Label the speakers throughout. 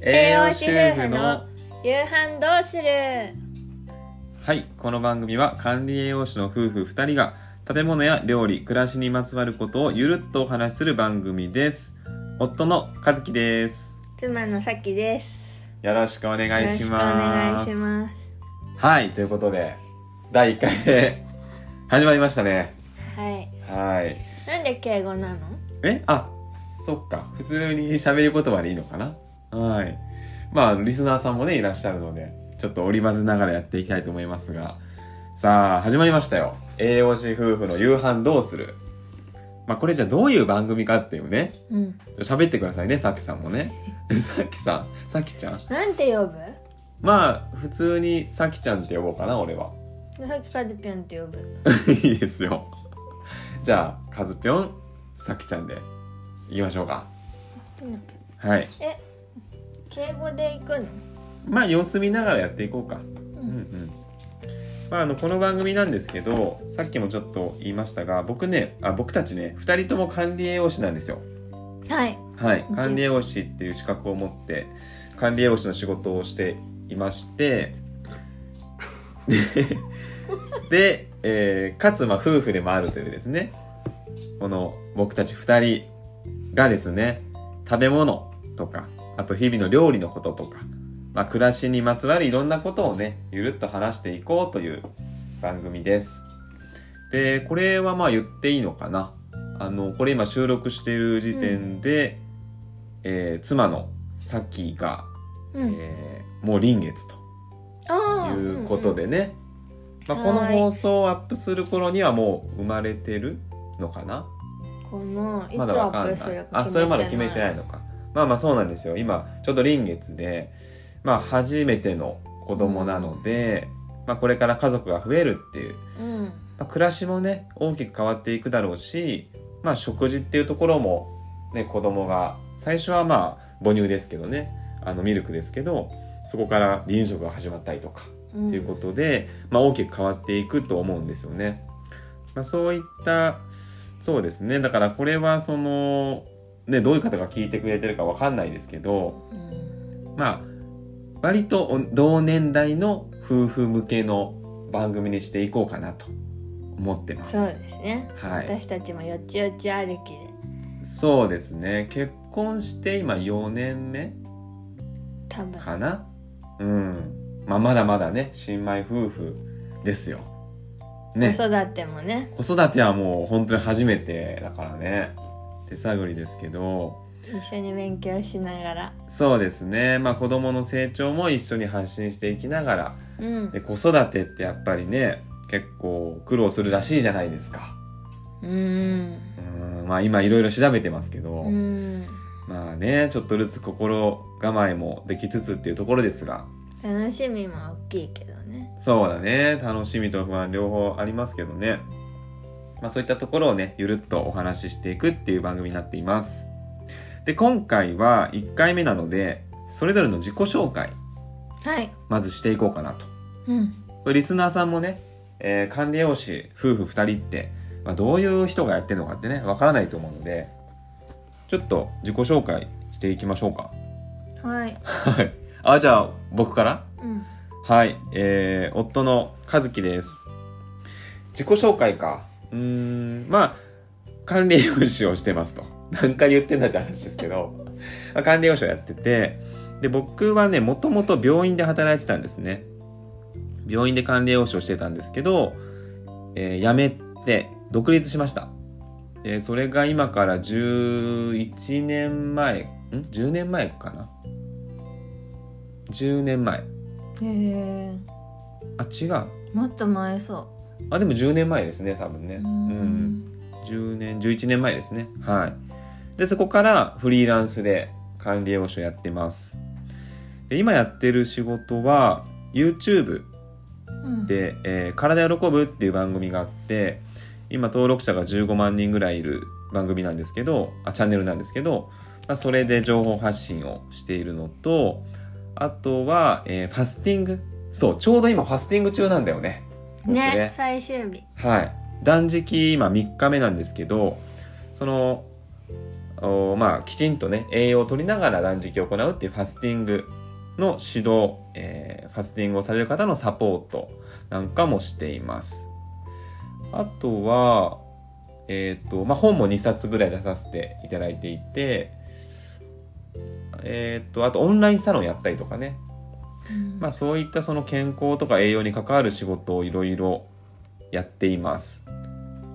Speaker 1: 栄養主婦の
Speaker 2: 夕飯どうする
Speaker 1: はいこの番組は管理栄養士の夫婦2人が食べ物や料理暮らしにまつわることをゆるっとお話しする番組です夫の和樹です
Speaker 2: 妻のさきです
Speaker 1: よろしくお願いし
Speaker 2: よ
Speaker 1: ま
Speaker 2: ろしくお願いし
Speaker 1: す
Speaker 2: ます
Speaker 1: はいということで第1回目始まりましたね
Speaker 2: はい
Speaker 1: はい
Speaker 2: なんで敬語なの
Speaker 1: えあそっか普通に喋り言葉でいいのかなはいまあリスナーさんもねいらっしゃるのでちょっと織り交ぜながらやっていきたいと思いますがさあ始まりましたよ栄養士夫婦の夕飯どうするまあこれじゃあどういう番組かっていうね
Speaker 2: うん
Speaker 1: 喋ってくださいねさきさんもね さきさんさきちゃん
Speaker 2: なんて呼
Speaker 1: まあ普通にさきちゃんって呼ぼうかな俺は
Speaker 2: ぶさっきカズピョンって呼ぶ
Speaker 1: いいですよじゃあかずぴょんさきちゃんでいきましょうかはい
Speaker 2: 敬語で行くの
Speaker 1: まあ様子見ながらやっていこうか。
Speaker 2: う
Speaker 1: うんうん。まああのこの番組なんですけど、さっきもちょっと言いましたが、僕ね、あ僕たちね、二人とも管理栄養士なんですよ。
Speaker 2: はい
Speaker 1: はい
Speaker 2: ん。
Speaker 1: 管理栄養士っていう資格を持って管理栄養士の仕事をしていまして、で、でえーかつまあ夫婦でもあるというですね、この僕たち二人がですね、食べ物とか、あと日々の料理のこととか、まあ、暮らしにまつわるいろんなことをね、ゆるっと話していこうという番組です。で、これはまあ言っていいのかな。あの、これ今収録している時点で、えー妻のさきが、
Speaker 2: うん
Speaker 1: えーもう臨月と
Speaker 2: あー
Speaker 1: いうことでね、まあ、
Speaker 2: は
Speaker 1: この
Speaker 2: ーい
Speaker 1: 放送をアップする頃にはもう生まれてるのかな
Speaker 2: うんうんこのいつ
Speaker 1: まだ
Speaker 2: ア
Speaker 1: わかん
Speaker 2: ッ
Speaker 1: な
Speaker 2: プ
Speaker 1: い
Speaker 2: するか
Speaker 1: あそれまだ決めてないのかまあまあそうなんですよ今ちょうど臨月でまあ初めての子供なので、まあこれから家族が増えるっていう、
Speaker 2: うん
Speaker 1: まあ、暮らしもね大きく変わっていくだろうしまあ食事っていうところもね子供が最初はまあ母乳ですけどねあのミルクですけどそこから離乳食が始まったりとか
Speaker 2: うん
Speaker 1: っていうことで、まあ、大きく変わっていくと思うんですよね。まあ、そういったそうですねだからこれはその、ね、どういう方が聞いてくれてるかわかんないですけど
Speaker 2: うん
Speaker 1: まあ割とお同年代の夫婦向けの番組にしていこうかなと思ってます。
Speaker 2: そうですね
Speaker 1: はい、
Speaker 2: 私たちもよちよち歩きで
Speaker 1: そうですね結婚して今4年目
Speaker 2: 多分
Speaker 1: かなうん、まあ、まだまだね新米夫婦ですよ。ね、
Speaker 2: 子育てもね
Speaker 1: 子育てはもう本当に初めてだからね手探りですけど
Speaker 2: 一緒に勉強しながら
Speaker 1: そうですねまあ子供の成長も一緒に発信していきながら
Speaker 2: うん
Speaker 1: で子育てってやっぱりね結構苦労するらしいじゃないですか
Speaker 2: うん
Speaker 1: うんまあ今いろいろ調べてますけど、
Speaker 2: うん
Speaker 1: まあねちょっとずつ心構えもできつつっていうところですが
Speaker 2: 楽しみも大きいけどね
Speaker 1: そうだね楽しみと不安両方ありますけどねまあそういったところをねゆるっとお話ししていくっていう番組になっていますで今回は1回目なのでそれぞれの自己紹介
Speaker 2: はい
Speaker 1: まずしていこうかなと
Speaker 2: うん
Speaker 1: これリスナーさんもね、えー管理栄養士夫婦2人って、まあ、どういう人がやってるのかってねわからないと思うのでちょっと自己紹介していきましょうか
Speaker 2: はい
Speaker 1: はいあじゃあ僕から
Speaker 2: うん
Speaker 1: はい、えー、夫の和樹です。自己紹介か。うーん、まあ、管理栄養士をしてますと。 何回言ってんだって話ですけど、 まあ管理栄養士をやってて、で、僕はね、もともと病院で働いてたんですね。病院で管理栄養士をしてたんですけど、えー辞めて、独立しました。で、それが今から11年前、ん ?10 年前かな ?10 年前。
Speaker 2: へえ
Speaker 1: あ、違う。
Speaker 2: もっと前そ
Speaker 1: あでも10年前ですね多分
Speaker 2: う
Speaker 1: ね
Speaker 2: う
Speaker 1: うん、10年11年前ですねはいでそこからフリーランスで管理栄養士をやってますで今やってる仕事は YouTube
Speaker 2: うん
Speaker 1: で「えー体喜ぶ」っていう番組があって今登録者が15万人ぐらいいる番組なんですけどあチャンネルなんですけど、まあ、それで情報発信をしているのとあとは、えーファスティングそうちょうど今ファスティング中なんだよね僕
Speaker 2: ね最終日
Speaker 1: はい。断食今3日目なんですけど、その、おまあ、きちんとね栄養を取りながら断食を行うっていうファスティングの指導、えーファスティングをされる方のサポートなんかもしています。あとは、えっ、と、まあ、本も2冊ぐらい出させていただいていて、えっ、と、あとオンラインサロンやったりとかね、
Speaker 2: うん
Speaker 1: まあ、そういったその健康とか栄養に関わる仕事をいろいろやっています。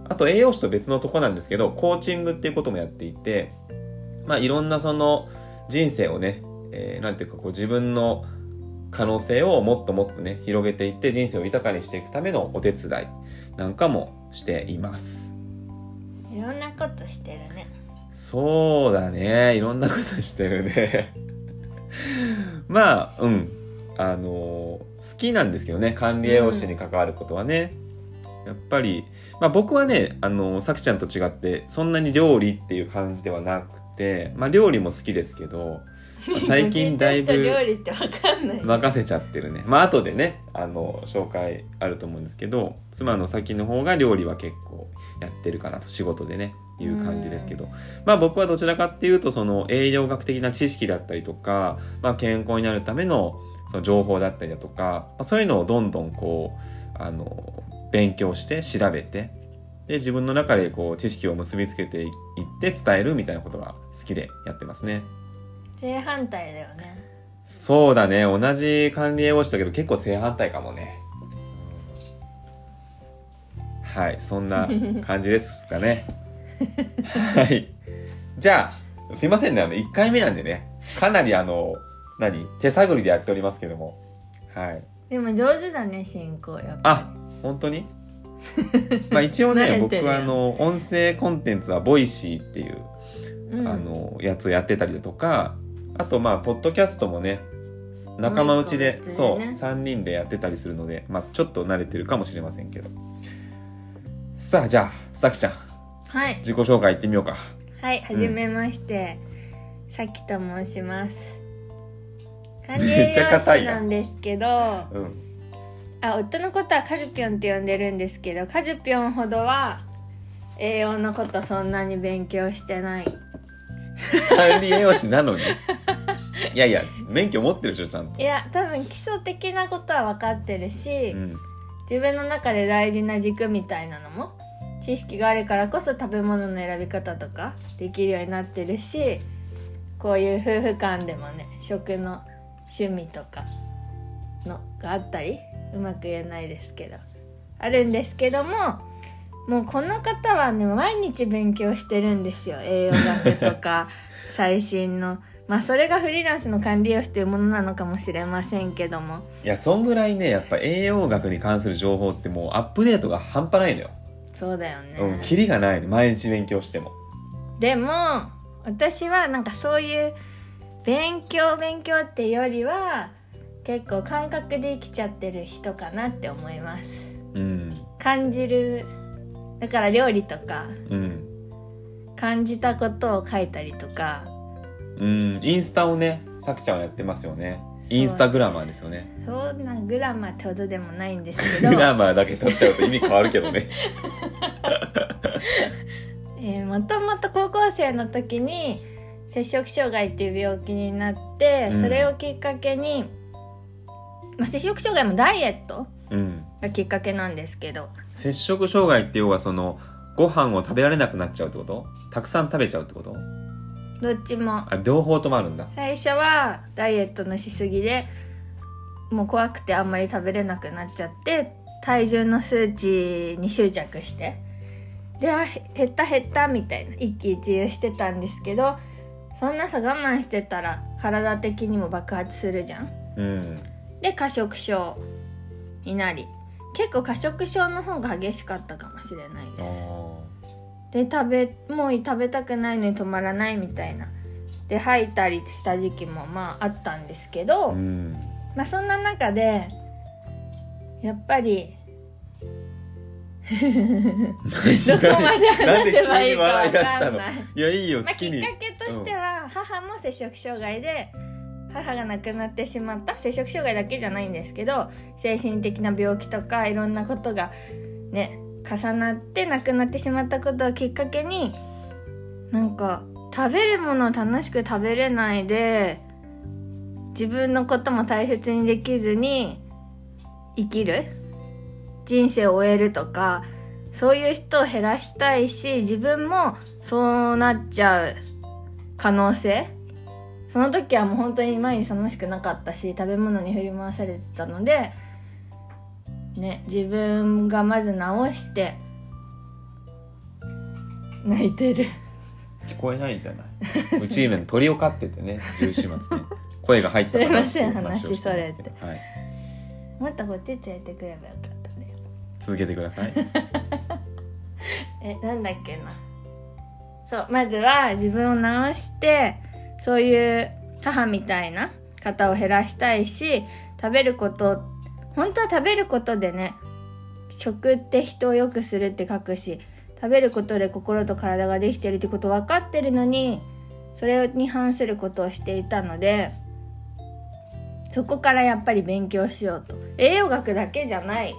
Speaker 1: あと栄養士と別のとこなんですけど、コーチングっていうこともやっていて、まあいろんなその人生をね、えーなんていうかこう自分の可能性をもっともっとね、広げていって人生を豊かにしていくためのお手伝いなんかもしています。
Speaker 3: いろんなことしてるね
Speaker 1: そうだね。いろんなことしてるね。 まあ、うん。あの好きなんですけどね。管理栄養士に関わることはね。やっぱり、まあ僕はね、あのさきちゃんと違って、そんなに料理っていう感じではなくて、まあ料理も好きですけど、まあ最近だいぶ
Speaker 3: 聞た人料理ってわかんない
Speaker 1: 任せちゃってるね。まあ後でね、あの、紹介あると思うんですけど、妻の先の方が料理は結構やってるかなと、仕事でね、いう感じですけど、まあ僕はどちらかっていうと、その栄養学的な知識だったりとか、まあ健康になるためのその情報だったりだとか、まあ、そういうのをどんどんこう、あの、勉強して調べて、で、自分の中でこう、知識を結びつけていって伝えるみたいなことが好きでやってますね。
Speaker 3: 正反対だよね
Speaker 1: そうだね同じ管理栄養士だけど結構正反対かもねはいそ んな感じですかねはいじゃあすいませんねあの1回目なんでねかなりあの何手探りでやっておりますけどもはい
Speaker 2: でも上手だね進行やっぱ
Speaker 1: あ本当 にまあ一応ね
Speaker 2: 慣れ
Speaker 1: 僕
Speaker 2: てる
Speaker 1: はあの音声コンテンツはボイシーっていう
Speaker 2: うん
Speaker 1: あのやつをやってたりだとかあとまあポッドキャストもね仲間内で、
Speaker 2: 仲間内でね
Speaker 1: そう3人でやってたりするので、まあ、ちょっと慣れてるかもしれませんけどさあじゃあさきちゃん
Speaker 3: はい
Speaker 1: 自己紹介いってみようか
Speaker 3: はいは
Speaker 1: うん
Speaker 3: じめまして、さきと申します管理
Speaker 1: め
Speaker 3: 栄
Speaker 1: っちゃ
Speaker 3: 養
Speaker 1: 硬い
Speaker 3: 士
Speaker 1: やん
Speaker 3: なんですけど
Speaker 1: うん
Speaker 3: あ夫のことはカジピョンって呼んでるんですけどカジピョンほどは栄養のことそんなに勉強してない
Speaker 1: 管理栄養士 なのにいやいや免許持ってるでしょちゃんと
Speaker 3: いや多分基礎的なことは分かってるし、
Speaker 1: うん
Speaker 3: 自分の中で大事な軸みたいなのも知識があるからこそ食べ物の選び方とかできるようになってるしこういう夫婦間でもね食の趣味とかのがあったりうまく言えないですけどあるんですけどももうこの方はね毎日勉強してるんですよ栄養学と か最新のまあそれがフリーランスの管理栄養士というものなのかもしれませんけども
Speaker 1: いやそんぐらいねやっぱ栄養学に関する情報ってもうアップデートが半端ないのよ、
Speaker 3: そうだよね。
Speaker 1: うん、キリがないね毎日勉強しても
Speaker 3: でも私はなんかそういう勉強勉強ってよりは結構感覚で生きちゃってる人かなって思います
Speaker 1: うん
Speaker 3: 感じるだから料理とか
Speaker 1: うん
Speaker 3: 感じたことを書いたりとか
Speaker 1: うん、インスタをね、さきちゃんはやってますよね。インスタグラマーですよね。
Speaker 3: そんなグラマーってほどでもないんですけ
Speaker 1: グ
Speaker 3: ど、
Speaker 1: ラマーだけ取っちゃうと意味変わるけ どね。
Speaker 3: えー、もともと高校生の時に摂食障害っていう病気になって、
Speaker 1: うん
Speaker 3: それをきっかけに、まあ、摂食障害もダイエット
Speaker 1: うん。
Speaker 3: がきっかけなんですけど
Speaker 1: 摂食障害って要はその、ご飯を食べられなくなっちゃうってことたくさん食べちゃうってこと
Speaker 3: どっちも
Speaker 1: あ、両方ともあるんだ。
Speaker 3: 最初はダイエットのしすぎでもう怖くてあんまり食べれなくなっちゃって体重の数値に執着してであ減った減ったみたいな一喜一憂してたんですけどそんなさ我慢してたら体的にも爆発するじゃん。
Speaker 1: うん。
Speaker 3: で過食症になり結構過食症の方が激しかったかもしれない
Speaker 1: あ
Speaker 3: です。
Speaker 1: ー
Speaker 3: で食べもう食べたくないのに止まらないみたいなで吐いたりした時期もまああったんですけど、
Speaker 1: うん。
Speaker 3: まあそんな中でやっ ぱりどこまで
Speaker 1: なん
Speaker 3: 話
Speaker 1: で
Speaker 3: せばい
Speaker 1: 急
Speaker 3: い
Speaker 1: に
Speaker 3: かわ
Speaker 1: 笑い
Speaker 3: かん
Speaker 1: 出
Speaker 3: ない
Speaker 1: したの いや、いいよ、
Speaker 3: ま
Speaker 1: 好
Speaker 3: あ、き
Speaker 1: き
Speaker 3: っ
Speaker 1: に
Speaker 3: か。けとしては、母も摂食障害で母が亡くなってしまった摂食障害だけじゃないんですけど精神的な病気とかいろんなことがね重なって亡くなってしまったことをきっかけになんか食べるものを楽しく食べれないで自分のことも大切にできずに生きる人生を終えるとかそういう人を減らしたいし自分もそうなっちゃう可能性その時はもう本当に毎日楽しくなかったし食べ物に振り回されてたので、ね、自分がまず直して泣いてる。
Speaker 1: 聞こえないんじゃないうち今鳥を飼っててね十四松 ね声が入ったかなっていう話をしてます
Speaker 3: すいません話そ
Speaker 1: け
Speaker 3: れ
Speaker 1: ど、はい、
Speaker 3: もっとこっち連れてくればよかったね
Speaker 1: 続けてください
Speaker 3: えなんだっけなそうまずは自分を直してそういう母みたいな方を減らしたいし食べること本当は食べることでね食って人を良くするって書くし食べることで心と体ができてるってこと分かってるのにそれに反することをしていたのでそこからやっぱり勉強しようと栄養学だけじゃない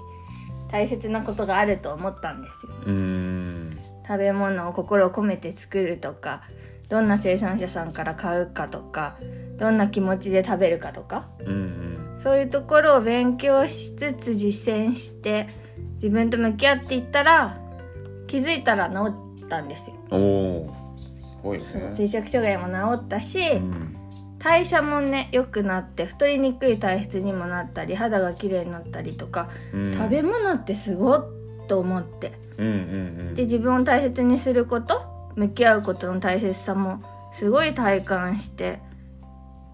Speaker 3: 大切なことがあると思ったんですよ
Speaker 1: うーん
Speaker 3: 食べ物を心を込めて作るとかどんな生産者さんから買うかとかどんな気持ちで食べるかとか
Speaker 1: うんうん
Speaker 3: そういうところを勉強しつつ実践して自分と向き合っていったら気づいたら治ったんですよ。
Speaker 1: おおすごいね
Speaker 3: そう摂食障害も治ったし、
Speaker 1: うん
Speaker 3: 代謝もね良くなって太りにくい体質にもなったり肌が綺麗になったりとか、
Speaker 1: うん
Speaker 3: 食べ物ってすごっと思って
Speaker 1: うんうんうん
Speaker 3: で自分を大切にすること向き合うことの大切さもすごい体感して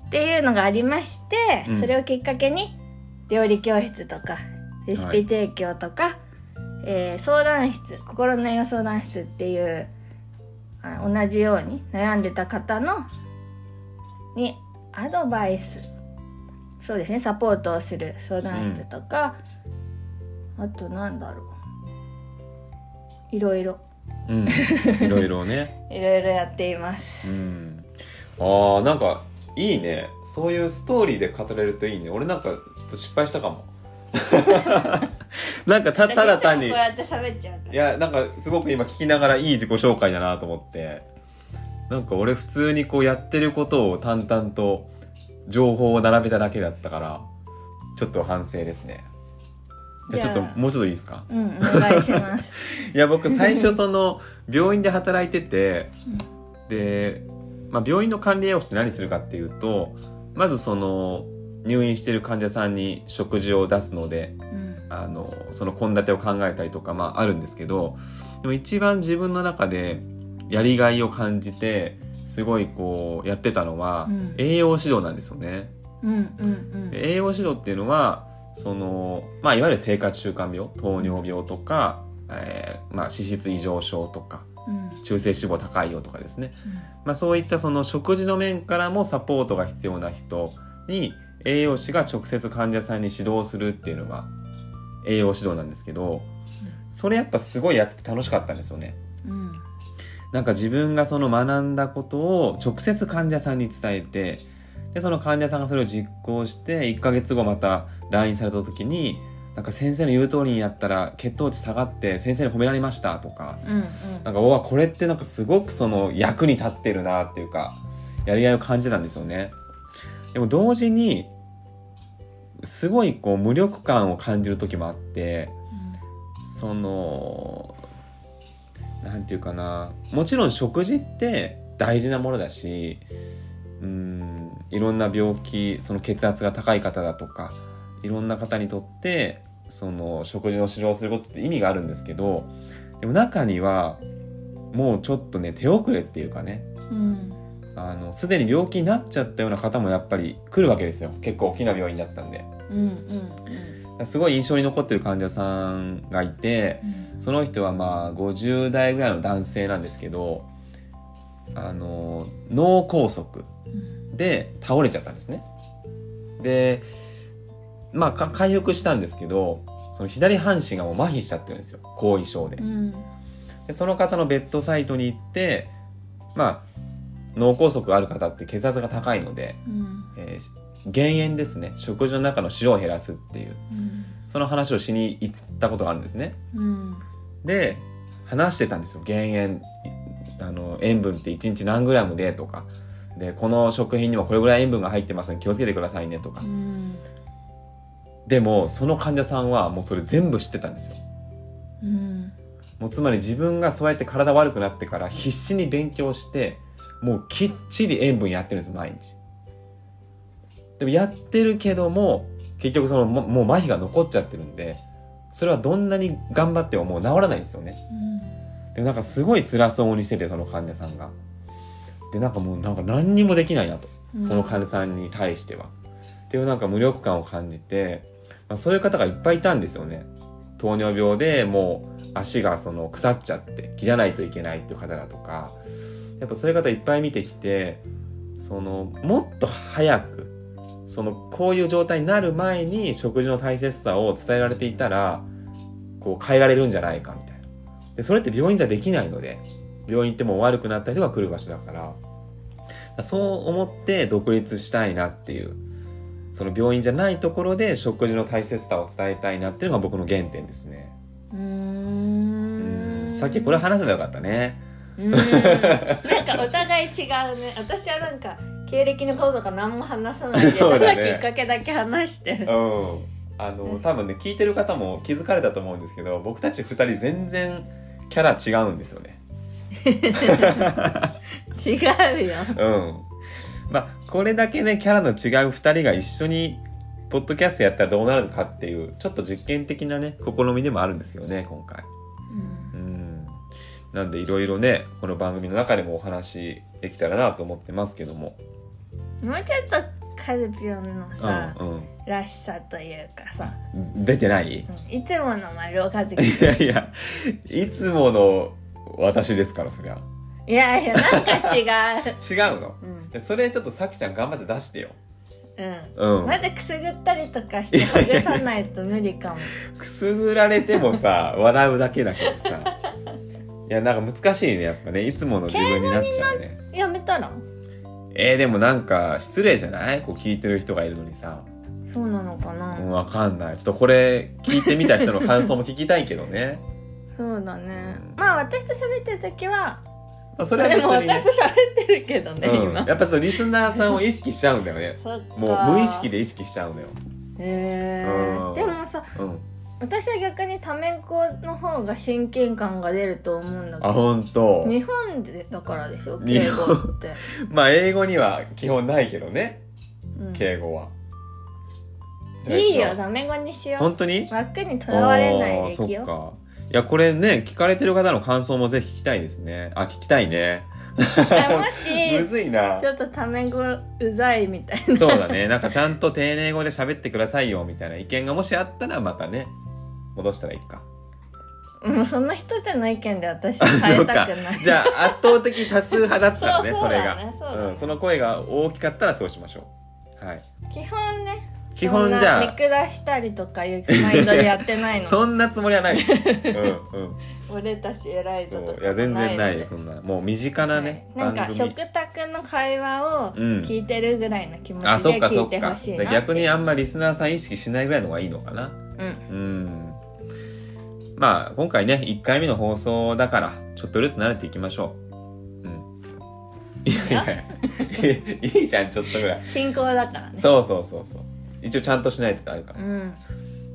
Speaker 3: っていうのがありまして、
Speaker 1: うん
Speaker 3: それをきっかけに料理教室とかレシピ提供とか、えー相談室心の栄養相談室っていうあ同じように悩んでた方のにアドバイスそうですねサポートをする相談室とか、あとなんだろういろいろ
Speaker 1: うんいろいろね
Speaker 3: いろいろやっています。
Speaker 1: うんああなんかいいねそういうストーリーで語れるといいね俺なんかちょっと失敗したかもなんかたただ単に
Speaker 3: いつもこうやって喋っちゃうから
Speaker 1: いやなんかすごく今聞きながらいい自己紹介だなと思ってなんか俺普通にこうやってることを淡々と情報を並べただけだったからちょっと反省ですねじゃあちょっと
Speaker 3: じゃあ
Speaker 1: もうちょっといいです か
Speaker 3: うんお願いします。
Speaker 1: いや僕最初その病院で働いててで、まあ、病院の管理栄養士って何するかっていうとまずその入院してる患者さんに食事を出すので
Speaker 3: うん
Speaker 1: あのその献立を考えたりとか、まあ、あるんですけどでも一番自分の中でやりがいを感じてすごいこうやってたのは、
Speaker 3: うん
Speaker 1: 栄養指導なんですよね。
Speaker 3: うんうん
Speaker 1: で栄養指導っていうのはその、まあ、いわゆる生活習慣病糖尿病とか、えーまあ、脂質異常症とか
Speaker 3: うんうん
Speaker 1: 中性脂肪高いよとかですね、まあ、そういったその食事の面からもサポートが必要な人に栄養士が直接患者さんに指導するっていうのが栄養指導なんですけどそれやっぱすごいやってて楽しかったんですよね。
Speaker 3: うん
Speaker 1: なんか自分がその学んだことを直接患者さんに伝えてでその患者さんがそれを実行して1ヶ月後また来院された時になんか先生の言う通りにやったら血糖値下がって先生に褒められましたとか
Speaker 3: うん
Speaker 1: なんかうわこれってなんかすごくその役に立ってるなっていうかやりがいを感じてたんですよねでも同時にすごいこう無力感を感じる時もあってそのなんていうかなもちろん食事って大事なものだしうんいろんな病気その血圧が高い方だとかいろんな方にとってその食事の指導をすることって意味があるんですけどでも中にはもうちょっとね手遅れっていうかね
Speaker 3: うん
Speaker 1: あのすでに病気になっちゃったような方もやっぱり来るわけですよ結構大きな病院だったんで。
Speaker 3: うん
Speaker 1: すごい印象に残ってる患者さんがいてその人はまあ50代ぐらいの男性なんですけどあの脳梗塞で倒れちゃったんですね。でまあか回復したんですけどその左半身がもう麻痺しちゃってるんですよ後遺症で
Speaker 3: うんう。ん
Speaker 1: でその方のベッドサイトに行ってまあ脳梗塞がある方って血圧が高いので、
Speaker 3: うん
Speaker 1: えー減塩ですね食事の中の塩を減らすっていうその話をしに行ったことがあるんですね。
Speaker 3: うん
Speaker 1: で話してたんですよ減塩あの塩分って1日何グラムでとかでこの食品にもこれぐらい塩分が入ってますので気をつけてくださいねとか
Speaker 3: うん
Speaker 1: でもその患者さんはもうそれ全部知ってたんですよ
Speaker 3: うん
Speaker 1: もうつまり自分がそうやって体悪くなってから必死に勉強してもうきっちり塩分やってるんです毎日でもやってるけども結局そのももう麻痺が残っちゃってるんでそれはどんなに頑張ってももう治らないんですよねでなんかすごい辛そうにしててその患者さんがでなんかもうなんか何にもできないなと
Speaker 3: うん
Speaker 1: この患者さんに対してはっていうなんか無力感を感じて、まあ、そういう方がいっぱいいたんですよね糖尿病でもう足がその腐っちゃって切らないといけないっていう方だとかやっぱそういう方いっぱい見てきてそのもっと早くそのこういう状態になる前に食事の大切さを伝えられていたらこう変えられるんじゃないかみたいなでそれって病院じゃできないので病院ってもう悪くなった人が来る場所だからそう思って独立したいなっていうその病院じゃないところで食事の大切さを伝えたいなっていうのが僕の原点ですね
Speaker 3: う
Speaker 1: うん
Speaker 3: ん
Speaker 1: さっきこれ話せばよかったね
Speaker 3: うんなんかお互い違うね私はなんか経歴のこととか何も話さないで
Speaker 1: そう
Speaker 3: た
Speaker 1: だ
Speaker 3: だ
Speaker 1: ね
Speaker 3: きっかけだけ話して
Speaker 1: う
Speaker 3: る
Speaker 1: んあの多分ね聞いてる方も気づかれたと思うんですけど僕たち2人全然キャラ違うんですよね
Speaker 3: 違うよ
Speaker 1: うんまあこれだけねキャラの違う2人が一緒にポッドキャストやったらどうなるかっていうちょっと実験的なね試みでもあるんですけどね今回うんなんでいろいろねこの番組の中でもお話できたらなと思ってますけども
Speaker 3: もうちょっとカルピオンの
Speaker 1: う
Speaker 3: さ、
Speaker 1: ん
Speaker 3: らしさというかさ、
Speaker 1: うん出てない
Speaker 3: うんいつもの丸岡月
Speaker 1: いやいやいつもの私ですからそりゃ
Speaker 3: いやいやなんか違う
Speaker 1: 違うの
Speaker 3: うん、
Speaker 1: でそれちょっとさきちゃん頑張って出してよ
Speaker 3: う、
Speaker 1: うんん、
Speaker 3: まだくすぐったりとかしてほぐさないと無理かも
Speaker 1: くすぐられても さ笑うだけだけどさいやなんか難しいねやっぱねいつもの自分になっちゃうね
Speaker 3: やめたら
Speaker 1: えー、でもなんか失礼じゃないこう聞いてる人がいるのにさ
Speaker 3: そうなのかな、
Speaker 1: うんわかんないちょっとこれ聞いてみた人の感想も聞きたいけどね
Speaker 3: そうだねまあ私と喋ってる時は
Speaker 1: まあ それは
Speaker 3: で
Speaker 1: 別
Speaker 3: も
Speaker 1: に
Speaker 3: 私
Speaker 1: ね、
Speaker 3: と喋ってるけどね、
Speaker 1: うん、
Speaker 3: 今
Speaker 1: やっぱちょっとリスナーさんを意識しちゃうんだよね
Speaker 3: そっか
Speaker 1: もう無意識で意識しちゃうのよ、
Speaker 3: へ
Speaker 1: うん
Speaker 3: ーでもさ
Speaker 1: うん、
Speaker 3: 私は逆に多面語の方が親近感が出ると思うんだけ
Speaker 1: あ
Speaker 3: ど
Speaker 1: 本当。
Speaker 3: 日本でだからでしょ
Speaker 1: 日
Speaker 3: 敬
Speaker 1: 本
Speaker 3: 語って、
Speaker 1: まあ英語には基本ないけどね
Speaker 3: うん
Speaker 1: 敬語は、じゃあ
Speaker 3: いい
Speaker 1: じゃ
Speaker 3: よ
Speaker 1: あ
Speaker 3: 多面語にしよ
Speaker 1: 本当に
Speaker 3: う枠にとらわれない
Speaker 1: あ
Speaker 3: で
Speaker 1: ー
Speaker 3: いきよ
Speaker 1: そ
Speaker 3: う
Speaker 1: っかいやこれね聞かれてる方の感想もぜひ聞きたいですねあ聞きたいね
Speaker 3: あも
Speaker 1: む
Speaker 3: し
Speaker 1: ずいな
Speaker 3: ちょっと多面語うざいみたいな
Speaker 1: そうだねなんかちゃんと丁寧語で喋ってくださいよみたいな意見がもしあったらまたね戻したらいいか
Speaker 3: もうそんな人じゃない意見で私は変えたくない
Speaker 1: じゃあ圧倒的多数派だったらね
Speaker 3: そ
Speaker 1: そ
Speaker 3: うそう
Speaker 1: れ
Speaker 3: だ
Speaker 1: が
Speaker 3: ねそうだね
Speaker 1: ん、その声が大きかったらそうしましょうはい
Speaker 3: 基本ね
Speaker 1: 基本じ
Speaker 3: そん
Speaker 1: ゃ
Speaker 3: な見下したりとかいうマインドでやってない
Speaker 1: あ
Speaker 3: の
Speaker 1: そんなつもりはないうん うん
Speaker 3: 俺たち偉いぞと
Speaker 1: そう
Speaker 3: か
Speaker 1: いや全然ない
Speaker 3: です
Speaker 1: そんなもう身近なね、
Speaker 3: なんか
Speaker 1: 番組
Speaker 3: 食卓の会話を
Speaker 1: うん
Speaker 3: 聞いてるぐらいの気持ちで
Speaker 1: あそっか
Speaker 3: 聞
Speaker 1: そ
Speaker 3: い
Speaker 1: っか
Speaker 3: てほしいなって
Speaker 1: じゃあ逆にあんまりリスナーさん意識しないぐらいの方がいいのかな
Speaker 3: うん
Speaker 1: うんまあ今回ね1回目の放送だからちょっとずつ慣れていきましょううんいやいやいいじゃんちょっとぐらい
Speaker 3: 進行だからね
Speaker 1: そうそうそうそう一応ちゃんとしないとってあるから
Speaker 3: うん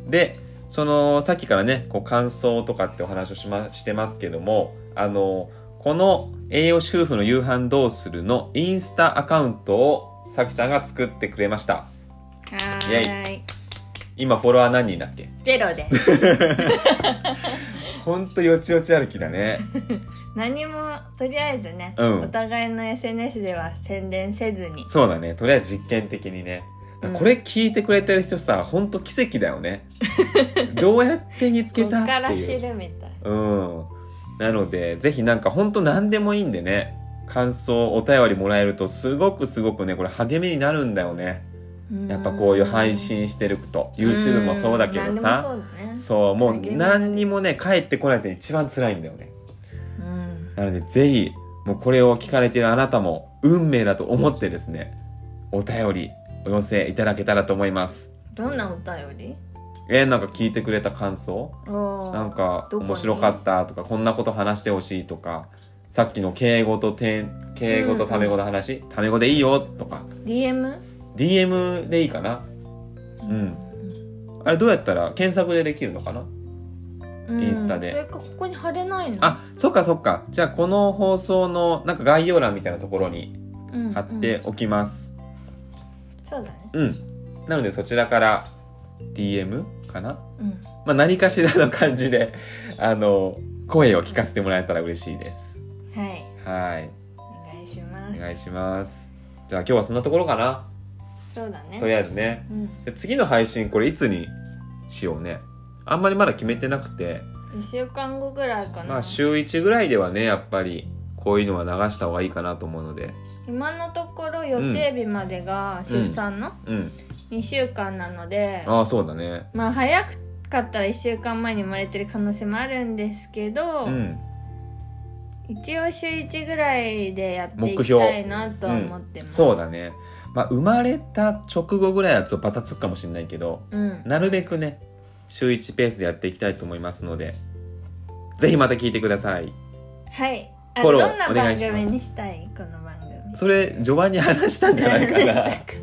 Speaker 1: でそのさっきからねこう感想とかってお話をし,、ま、してますけどもあのこの「栄養主婦の夕飯どうする?」のインスタアカウントをさきさんが作ってくれました
Speaker 3: はーい
Speaker 1: 今フォロワー何人だっけ
Speaker 3: ゼ ロです
Speaker 1: ほんとよちよち歩きだね
Speaker 3: 何もとりあえずね、
Speaker 1: うん
Speaker 3: お互いの SNS では宣伝せずに
Speaker 1: そうだねとりあえず実験的にね
Speaker 3: うん
Speaker 1: これ聞いてくれてる人さほんと奇跡だよ ねどうやって見つけ
Speaker 3: こった
Speaker 1: って
Speaker 3: から知
Speaker 1: いう
Speaker 3: るみたい
Speaker 1: うん。なので、ぜひなんか本当何でもいいんでね、感想、お便りもらえると、すごくすごくね、これ励みになるんだよね。やっぱこういう配信してると、YouTube もそうだけど
Speaker 3: うん
Speaker 1: さ、
Speaker 3: 何でもそうだね
Speaker 1: そう、もう
Speaker 3: 励みになる
Speaker 1: 何にもね、帰ってこないって一番辛いんだよね。
Speaker 3: うん
Speaker 1: なので、ぜひ、もうこれを聞かれているあなたも、運命だと思ってですね、お便り、お寄せいただけたらと思います。
Speaker 3: どんなお便り
Speaker 1: えーなんか聞いてくれた感想
Speaker 3: おー
Speaker 1: なんか
Speaker 3: どこに
Speaker 1: 面白かったとかこんなこと話してほしいとかさっきの敬語とて敬語とタメ語の話、タメ語でいいよとか
Speaker 3: DM?
Speaker 1: DM でいいかなうんあれどうやったら検索でできるのかな
Speaker 3: うん
Speaker 1: インスタで
Speaker 3: それかここに貼れないの
Speaker 1: あそっかそっかじゃあこの放送のなんか概要欄みたいなところに
Speaker 3: うん
Speaker 1: 貼っておきます
Speaker 3: うんそうだね
Speaker 1: うん、なのでそちらから DM かな、
Speaker 3: うん
Speaker 1: まあ、何かしらの感じで あの声を聞かせてもらえたら嬉しいです
Speaker 3: はい
Speaker 1: はい
Speaker 3: お願いしま
Speaker 1: お
Speaker 3: す
Speaker 1: 願いしますじゃあ今日はそんなところかな
Speaker 3: そうだね
Speaker 1: とりあえずね
Speaker 3: うん
Speaker 1: で次の配信これいつにしようねあんまりまだ決めてなくて
Speaker 3: 2週間後ぐらいかな、
Speaker 1: まあ週1ぐらいではねやっぱりこういうのは流した方がいいかなと思うので
Speaker 3: 今のところ予定日までが出産の
Speaker 1: うん
Speaker 3: 2週間なので、
Speaker 1: ああそうだね
Speaker 3: まあ早かったら1週間前に生まれてる可能性もあるんですけど、
Speaker 1: うん
Speaker 3: 一応週1ぐらいでやっていきたいなとは思ってます、
Speaker 1: そうだねまあ生まれた直後ぐらいはちょっとバタつくかもしれないけど
Speaker 3: うん
Speaker 1: なるべくね週1ペースでやっていきたいと思いますのでぜひまた聞いてください
Speaker 3: はいあ
Speaker 1: フォ
Speaker 3: どん
Speaker 1: ロー
Speaker 3: な
Speaker 1: お願
Speaker 3: 番
Speaker 1: いします
Speaker 3: 組にしたいこの番組
Speaker 1: それ序盤に話したんじゃないかな
Speaker 3: 話したか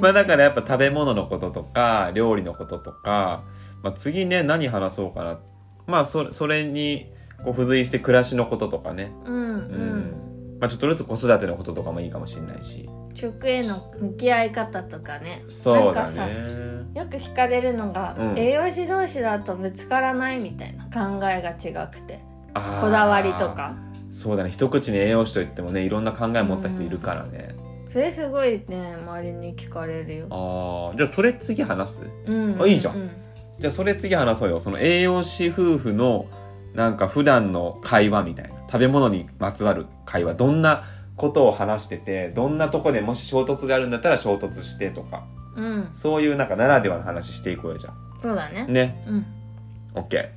Speaker 1: まあだからやっぱ食べ物のこととか料理のこととか、まあ、次ね何話そうかなまあそそれにこう付随して暮らしのこととかね、
Speaker 3: うんう、
Speaker 1: うんまあ、ちょっとずつ子育てのこととかもいいかもしれないし
Speaker 3: 食への向き合い方とかね
Speaker 1: そうだ
Speaker 3: なん
Speaker 1: ね
Speaker 3: よく聞かれるのが、
Speaker 1: うん
Speaker 3: 栄養士同士だとぶつからないみたいな考えが違くて
Speaker 1: あー
Speaker 3: こだわりとか
Speaker 1: そうだね一口に栄養士といってもねいろんな考え持った人いるからね、
Speaker 3: それすごいね周りに聞かれるよ、
Speaker 1: ああじゃあそれ次話す
Speaker 3: うん
Speaker 1: あいいじゃん
Speaker 3: う
Speaker 1: じゃあそれ次話そうよその栄養士夫婦のなんか普段の会話みたいな食べ物にまつわる会話どんなことを話しててどんなとこでもし衝突があるんだったら衝突してとか
Speaker 3: うん、
Speaker 1: そういうなんかならではの話していこうよじゃ
Speaker 3: そうだね
Speaker 1: あね
Speaker 3: うん
Speaker 1: OK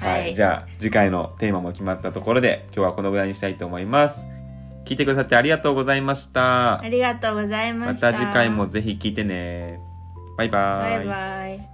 Speaker 3: は、
Speaker 1: はいい、じゃあ次回のテーマも決まったところで今日はこのぐらいにしたいと思います聞いてくださってありがとうございました
Speaker 3: ありがとうございま
Speaker 1: ま
Speaker 3: した
Speaker 1: た次回もぜひ聞いてねバイバ
Speaker 3: バイバイ